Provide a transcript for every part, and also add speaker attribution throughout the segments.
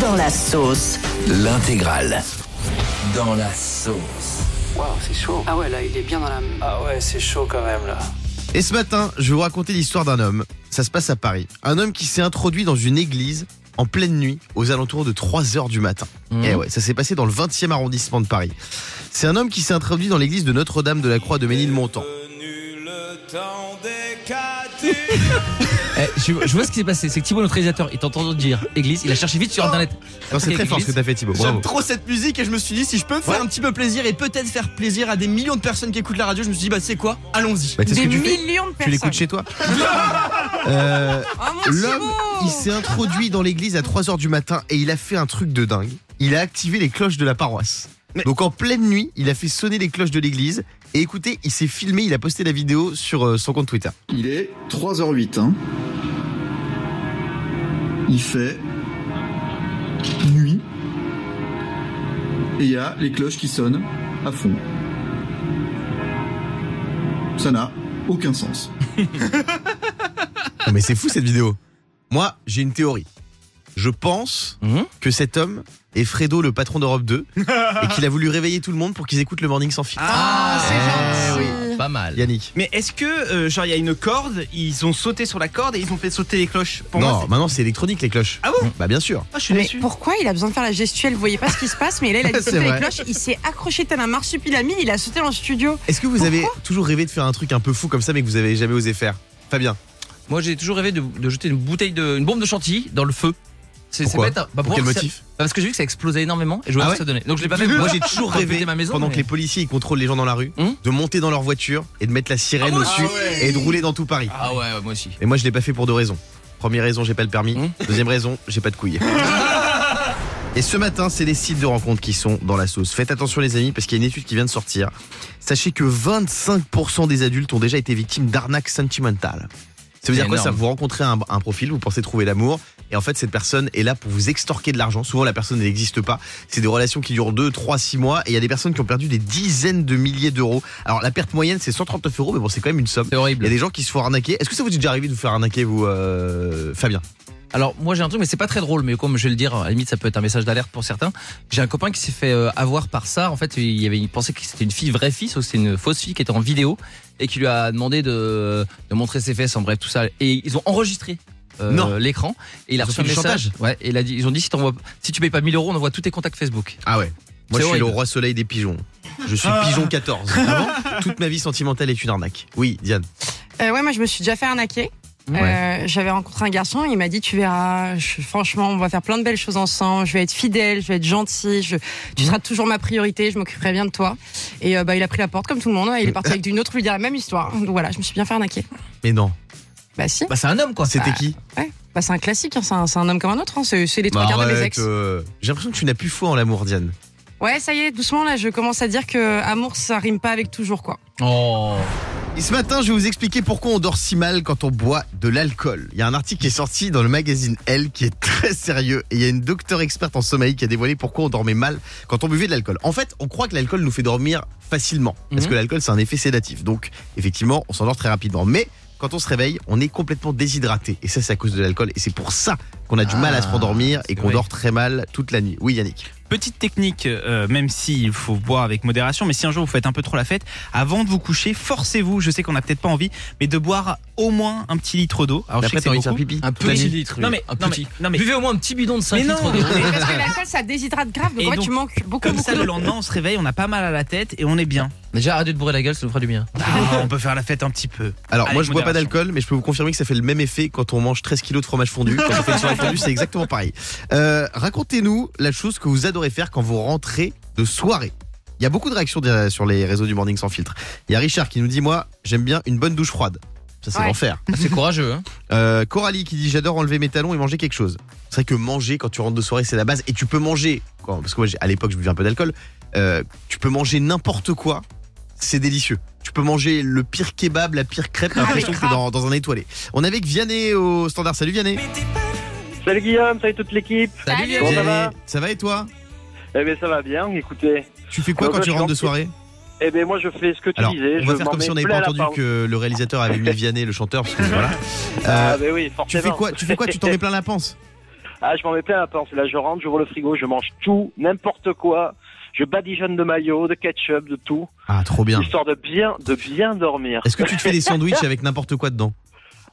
Speaker 1: Dans la sauce.
Speaker 2: L'intégrale. Dans la sauce.
Speaker 3: Waouh, c'est chaud.
Speaker 4: Ah ouais, là, il est bien dans la.
Speaker 3: Ah ouais, c'est chaud quand même là.
Speaker 5: Et ce matin, je vais vous raconter l'histoire d'un homme. Ça se passe à Paris. Un homme qui s'est introduit dans une église en pleine nuit aux alentours de 3 heures du matin.
Speaker 6: Mmh.
Speaker 5: Et ouais, ça s'est passé dans le 20e arrondissement de Paris. C'est un homme qui s'est introduit dans l'église de Notre-Dame de la Croix de Ménilmontant.
Speaker 6: Euh,
Speaker 7: Eh, je, je vois ce qui s'est passé, c'est que Thibaut, notre réalisateur, il t'entend dire église, il a cherché vite sur internet.
Speaker 6: Oh.
Speaker 5: Non, c'est
Speaker 7: Après,
Speaker 5: très fort ce que
Speaker 7: église.
Speaker 5: t'as fait Thibaut.
Speaker 6: J'aime
Speaker 5: Bravo.
Speaker 6: trop cette musique et je me suis dit si je peux faire
Speaker 5: Ouais.
Speaker 6: un petit peu plaisir et peut-être faire plaisir à des millions de personnes qui écoutent la radio, je me suis dit bah c'est quoi Allons-y.
Speaker 5: Bah, tu sais ce
Speaker 8: Des
Speaker 5: que tu fais
Speaker 8: millions de
Speaker 5: Tu
Speaker 8: personnes.
Speaker 5: l'écoutes chez toi Euh,
Speaker 8: Oh, mon
Speaker 5: L'homme,
Speaker 8: Thibaut
Speaker 5: il s'est introduit dans l'église à 3h du matin et il a fait un truc de dingue. Il a activé les cloches de la paroisse. Donc en pleine nuit, il a fait sonner les cloches de l'église. Et écoutez, il s'est filmé, il a posté la vidéo sur euh, son compte Twitter.
Speaker 9: Il est 3h08. hein. Il fait nuit. Et il y a les cloches qui sonnent à fond. Ça n'a aucun sens.
Speaker 5: Non, mais c'est fou cette vidéo. Moi, j'ai une théorie. Je pense
Speaker 7: Mhm.
Speaker 5: que cet homme est Fredo, le patron d'Europe 2, et qu'il a voulu réveiller tout le monde pour qu'ils écoutent le morning sans filtre.
Speaker 6: Ah,
Speaker 7: Eh
Speaker 6: c'est
Speaker 7: oui, pas mal.
Speaker 5: Yannick.
Speaker 6: Mais est-ce que euh, genre il y a une corde, ils ont sauté sur la corde et ils ont fait sauter les cloches Pour
Speaker 5: non,
Speaker 6: moi, c'est-
Speaker 5: maintenant c'est électronique les cloches.
Speaker 6: Ah bon
Speaker 5: Bah bien sûr.
Speaker 6: Ah, je suis
Speaker 8: Mais
Speaker 6: déçu.
Speaker 8: pourquoi il a besoin de faire la gestuelle Vous voyez pas ce qui se passe, mais là il a dit
Speaker 5: C'est
Speaker 8: sauter
Speaker 5: vrai.
Speaker 8: les cloches, il s'est accroché tel un marsupilami, il a sauté dans le studio.
Speaker 5: Est-ce que vous avez toujours rêvé de faire un truc un peu fou comme ça mais que vous avez jamais osé faire Fabien,
Speaker 7: Moi, j'ai toujours rêvé de, de jeter une bouteille de, une bombe de chantilly dans le feu. C'est c'est
Speaker 5: Pourquoi
Speaker 7: bête. hein. Bah,
Speaker 5: pour quel
Speaker 7: voir si ça-
Speaker 5: motif
Speaker 7: bah, Parce que j'ai vu que ça explosait énormément et je vois
Speaker 5: Ah
Speaker 7: ce
Speaker 5: ouais
Speaker 7: que ça donnait. Donc je l'ai pas fait.
Speaker 5: Moi j'ai toujours
Speaker 7: Quand
Speaker 5: rêvé
Speaker 7: j'étais à ma maison,
Speaker 5: pendant
Speaker 7: mais-
Speaker 5: que les policiers ils contrôlent les gens dans la rue,
Speaker 7: Hum
Speaker 5: de monter dans leur voiture et de mettre la
Speaker 7: Ah,
Speaker 5: sirène
Speaker 7: moi
Speaker 5: au-dessus
Speaker 7: aussi
Speaker 5: et de rouler dans tout Paris.
Speaker 7: Ah ouais, ouais, moi aussi.
Speaker 5: Et moi je l'ai pas fait pour deux raisons. Première raison, j'ai pas le permis.
Speaker 7: Hum
Speaker 5: Deuxième raison, j'ai pas de couilles. Et ce matin, c'est les sites de rencontres qui sont dans la sauce. Faites attention les amis parce qu'il y a une étude qui vient de sortir. Sachez que 25% des adultes ont déjà été victimes d'arnaques sentimentales. Ça veut
Speaker 7: C'est
Speaker 5: dire quoi ça
Speaker 7: énorme.
Speaker 5: Vous rencontrez un, un profil, vous pensez trouver l'amour, et en fait cette personne est là pour vous extorquer de l'argent. Souvent la personne n'existe pas. C'est des relations qui durent 2, 3, 6 mois, et il y a des personnes qui ont perdu des dizaines de milliers d'euros. Alors la perte moyenne c'est 139 euros, mais bon c'est quand même une somme.
Speaker 7: C'est
Speaker 5: Il y a
Speaker 7: horrible.
Speaker 5: des gens qui se font arnaquer. Est-ce que ça vous est déjà arrivé de vous faire arnaquer, vous, euh, Fabien
Speaker 7: Alors, moi, j'ai un truc, mais c'est pas très drôle, mais comme je vais le dire, à la limite, ça peut être un message d'alerte pour certains. J'ai un copain qui s'est fait euh, avoir par ça. En fait, il, y avait, il pensait que c'était une fille, vraie fille, sauf que c'était une fausse fille qui était en vidéo et qui lui a demandé de, de montrer ses fesses, en bref, tout ça. Et ils ont enregistré. euh,
Speaker 5: Non.
Speaker 7: l'écran et il a
Speaker 5: Ils ont
Speaker 7: reçu
Speaker 5: fait
Speaker 7: un
Speaker 5: du
Speaker 7: message
Speaker 5: chantage
Speaker 7: ouais et il a dit ils ont dit si t'envoies si tu payes pas 1000 euros on envoie tous tes contacts Facebook
Speaker 5: Ah ouais. Moi,
Speaker 7: C'est
Speaker 5: je suis
Speaker 7: horrible.
Speaker 5: le roi soleil des pigeons. Je suis pigeon 14. Vraiment, toute ma vie sentimentale est une arnaque. Oui, Diane.
Speaker 8: Euh, ouais, moi je me suis déjà fait arnaquer.
Speaker 7: Ouais.
Speaker 8: Euh, J'avais rencontré un garçon, il m'a dit tu verras, je- franchement on va faire plein de belles choses ensemble, je vais être fidèle, je vais être gentil, je, tu
Speaker 5: Mhm.
Speaker 8: seras toujours ma priorité, je m'occuperai bien de toi. Et euh, bah, il a pris la porte comme tout le monde et
Speaker 5: Mm.
Speaker 8: il est parti avec une autre lui dire la même histoire. Donc voilà, je me suis bien fait arnaquer.
Speaker 5: Mais non.
Speaker 8: Bah si,
Speaker 7: bah c'est un homme quoi
Speaker 5: C'était qui
Speaker 8: bah, c'est un classique, hein, c'est un, c'est un homme comme un autre, hein, c'est c'est les trois
Speaker 5: Bah,
Speaker 8: quarts de mes
Speaker 5: arrête,
Speaker 8: ex.
Speaker 5: euh, J'ai l'impression que tu n'as plus foi en l'amour, Diane.
Speaker 8: Ouais, ça y est, doucement là, je commence à dire que euh, amour ça rime pas avec toujours quoi.
Speaker 7: oh
Speaker 5: Et ce matin, je vais vous expliquer pourquoi on dort si mal quand on boit de l'alcool. Il y a un article qui est sorti dans le magazine Elle qui est très sérieux. Et il y a une docteure experte en sommeil qui a dévoilé pourquoi on dormait mal quand on buvait de l'alcool. En fait, on croit que l'alcool nous fait dormir facilement. Parce
Speaker 7: Mhm.
Speaker 5: que l'alcool, c'est un effet sédatif. Donc, effectivement, on s'endort très rapidement. Mais quand on se réveille, on est complètement déshydraté. Et ça, c'est à cause de l'alcool. Et c'est pour ça qu'on a du
Speaker 7: Ah,
Speaker 5: mal à se rendormir et
Speaker 7: c'est
Speaker 5: qu'on
Speaker 7: vrai.
Speaker 5: dort très mal toute la nuit. Oui, Yannick.
Speaker 6: Petite technique, euh, même s'il faut boire avec modération, mais si un jour vous faites un peu trop la fête, avant de vous coucher, forcez-vous, je sais qu'on n'a peut-être pas envie, mais de boire au moins un petit litre d'eau. Alors je sais
Speaker 5: Après, t'as
Speaker 6: que c'est
Speaker 5: envie de faire
Speaker 6: beaucoup.
Speaker 5: pipi
Speaker 7: un
Speaker 5: toute la
Speaker 7: petit
Speaker 5: nuit.
Speaker 7: litre
Speaker 6: Non mais,
Speaker 7: un
Speaker 6: non,
Speaker 7: petit
Speaker 6: mais, non, mais-
Speaker 7: buvez au moins un petit bidon de 5
Speaker 6: Mais
Speaker 7: litres
Speaker 6: non.
Speaker 7: d'eau.
Speaker 8: Parce que l'alcool ça déshydrate grave, donc,
Speaker 6: Et
Speaker 8: en fait,
Speaker 6: donc,
Speaker 8: tu manques beaucoup
Speaker 6: comme
Speaker 8: beaucoup
Speaker 6: ça
Speaker 8: d'eau.
Speaker 6: le lendemain on se réveille, on a pas mal à la tête et on est bien.
Speaker 7: Déjà, arrêtez de bourrer la gueule, ça nous fera du bien.
Speaker 6: Ah, on peut faire la fête un petit peu.
Speaker 5: Alors,
Speaker 6: Avec
Speaker 5: moi, je bois pas
Speaker 6: modération.
Speaker 5: d'alcool, mais je peux vous confirmer que ça fait le même effet quand on mange 13 kilos de fromage fondu. Quand on fait une soirée fondue, c'est exactement pareil. Euh, Racontez-nous la chose que vous adorez faire quand vous rentrez de soirée. Il y a beaucoup de réactions derrière- sur les réseaux du Morning Sans Filtre. Il y a Richard qui nous dit Moi, j'aime bien une bonne douche froide. Ça, c'est
Speaker 8: Ouais.
Speaker 5: l'enfer.
Speaker 7: Ah, c'est courageux, hein.
Speaker 5: Euh, Coralie qui dit J'adore enlever mes talons et manger quelque chose. C'est vrai que manger quand tu rentres de soirée, c'est la base. Et tu peux manger, quand- parce que moi, j'ai- à l'époque, je buvais un peu d'alcool. Euh, tu peux manger n'importe quoi, c'est délicieux. Tu peux manger le pire kebab, la pire crêpe,
Speaker 3: Ah,
Speaker 5: t'as l'impression que t'es dans, dans un étoilé. On est avec Vianney au standard. Salut Vianney.
Speaker 3: Salut Guillaume, salut toute l'équipe.
Speaker 7: Salut,
Speaker 3: Comment ça
Speaker 7: Lionel.
Speaker 3: va
Speaker 5: Ça va et toi
Speaker 3: Eh bien ça va bien, écoutez.
Speaker 5: Tu fais quoi
Speaker 3: Alors,
Speaker 5: quand
Speaker 3: moi,
Speaker 5: tu
Speaker 3: je
Speaker 5: rentres de
Speaker 3: suis en-
Speaker 5: soirée
Speaker 3: Eh bien moi je fais ce que tu
Speaker 5: Alors,
Speaker 3: disais.
Speaker 5: on va
Speaker 3: je
Speaker 5: faire
Speaker 3: m'en
Speaker 5: comme si on
Speaker 3: mets
Speaker 5: n'avait
Speaker 3: plein
Speaker 5: pas
Speaker 3: la
Speaker 5: entendu
Speaker 3: parole.
Speaker 5: que le réalisateur avait mis Vianney, le chanteur, parce que voilà. Euh,
Speaker 3: Ah ben oui,
Speaker 5: tu
Speaker 3: forcément.
Speaker 5: fais quoi Tu fais quoi Tu t'en mets plein la panse
Speaker 3: Ah, je m'en mets plein la panse. Là, je rentre, j'ouvre le frigo, je mange tout, n'importe quoi. Je badigeonne de maillot, de ketchup, de tout,
Speaker 5: Ah, trop bien.
Speaker 3: histoire de bien, de bien dormir.
Speaker 5: Est-ce que tu te fais des sandwichs avec n'importe quoi dedans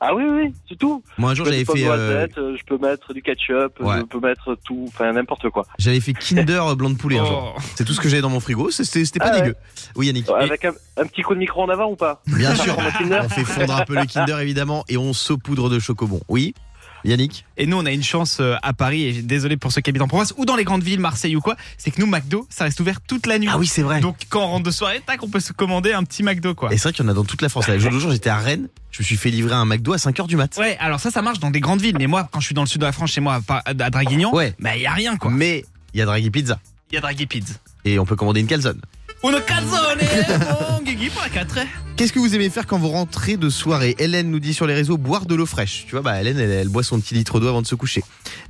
Speaker 3: Ah oui, oui, c'est tout.
Speaker 5: Moi, un
Speaker 3: Je
Speaker 5: jour,
Speaker 3: peux
Speaker 5: j'avais
Speaker 3: mettre
Speaker 5: fait,
Speaker 3: pommes
Speaker 5: euh,
Speaker 3: noisettes, euh, je peux mettre du ketchup,
Speaker 5: Ouais.
Speaker 3: je peux mettre tout, enfin n'importe quoi.
Speaker 5: j'avais fait Kinder blanc de poulet un jour.
Speaker 6: Oh.
Speaker 5: C'est tout ce que j'avais dans mon frigo. c'est- C'était c'était pas
Speaker 3: Ah ouais.
Speaker 5: dégueu. Oui, Yannick.
Speaker 3: Avec un, un petit coup de micro en avant ou pas
Speaker 5: Bien sûr.
Speaker 3: Pour le Kinder
Speaker 5: On fait fondre un peu le Kinder évidemment et on saupoudre de chocobon. Oui, Yannick.
Speaker 6: Et nous, on a une chance euh, à Paris, et désolé pour ceux qui habitent en province, ou dans les grandes villes, Marseille ou quoi, c'est que nous, McDo, ça reste ouvert toute la nuit.
Speaker 5: Ah oui, c'est vrai.
Speaker 6: Donc quand on rentre de soirée, tac, on peut se commander un petit McDo, quoi.
Speaker 5: Et c'est vrai qu'il y en a dans toute la France. Là, Le jour de jour, j'étais à Rennes, je me suis fait livrer un McDo à 5h du mat.
Speaker 6: Ouais, alors ça, ça marche dans des grandes villes, mais moi, quand je suis dans le sud de la France, chez moi, à Pa- à Draguignan,
Speaker 5: Ouais.
Speaker 6: bah, y a rien, quoi.
Speaker 5: Mais il y a Draghi Pizza
Speaker 6: Y a Draghi Pizza.
Speaker 5: et on peut commander une calzone.
Speaker 6: Uno calzone, bon, Guigui, pour la 4
Speaker 5: Qu'est-ce que vous aimez faire quand vous rentrez de soirée Hélène nous dit sur les réseaux boire de l'eau fraîche. Tu vois, bah Hélène, elle, elle boit son petit litre d'eau avant de se coucher.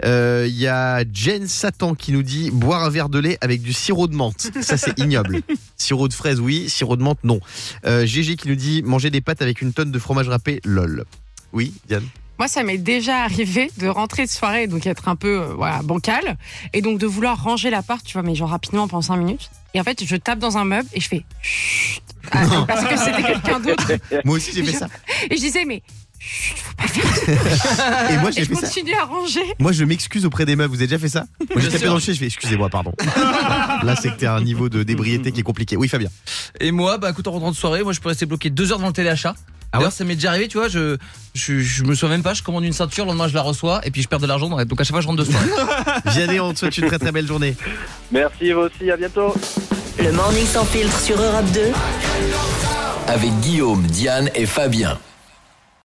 Speaker 5: Euh, Il y a Jen Satan qui nous dit boire un verre de lait avec du sirop de menthe. Ça, c'est ignoble. sirop de fraise, oui. Sirop de menthe, non. Euh, Gégé qui nous dit manger des pâtes avec une tonne de fromage râpé, lol. Oui, Diane.
Speaker 8: Moi, ça m'est déjà arrivé de rentrer de soirée, donc être un peu euh, voilà, bancal, et donc de vouloir ranger l'appart, tu vois, mais genre rapidement pendant 5 minutes. Et en fait, je tape dans un meuble et je fais chut, Ah, parce que c'était quelqu'un d'autre.
Speaker 5: Moi aussi, j'ai fait ça.
Speaker 8: Et je disais, mais chut, faut pas faire
Speaker 5: Et moi,
Speaker 8: ça.
Speaker 5: j'ai
Speaker 8: Et je
Speaker 5: fait ça.
Speaker 8: continue à ranger.
Speaker 5: Moi, je m'excuse auprès des meufs. Vous avez déjà fait ça Moi, j'ai tapé
Speaker 7: sûr.
Speaker 5: dans le chien, je fais excusez-moi, pardon. Là, c'est que t'as un niveau de débriété qui est compliqué. Oui, Fabien.
Speaker 7: Et moi, bah écoute, en rentrant de soirée, moi je peux rester bloqué deux heures devant le téléachat.
Speaker 5: Ah
Speaker 7: D'ailleurs, ça m'est déjà arrivé, tu vois, je, je, je me souviens même pas, je commande une ceinture, le lendemain je la reçois, et puis je perds de l'argent, dans la- donc à chaque fois je rentre de soirée.
Speaker 5: Vianney, on te souhaite une très très belle journée.
Speaker 3: Merci, vous aussi, à bientôt.
Speaker 1: Le morning sans filtre sur Europe 2.
Speaker 2: Avec Guillaume, Diane et Fabien.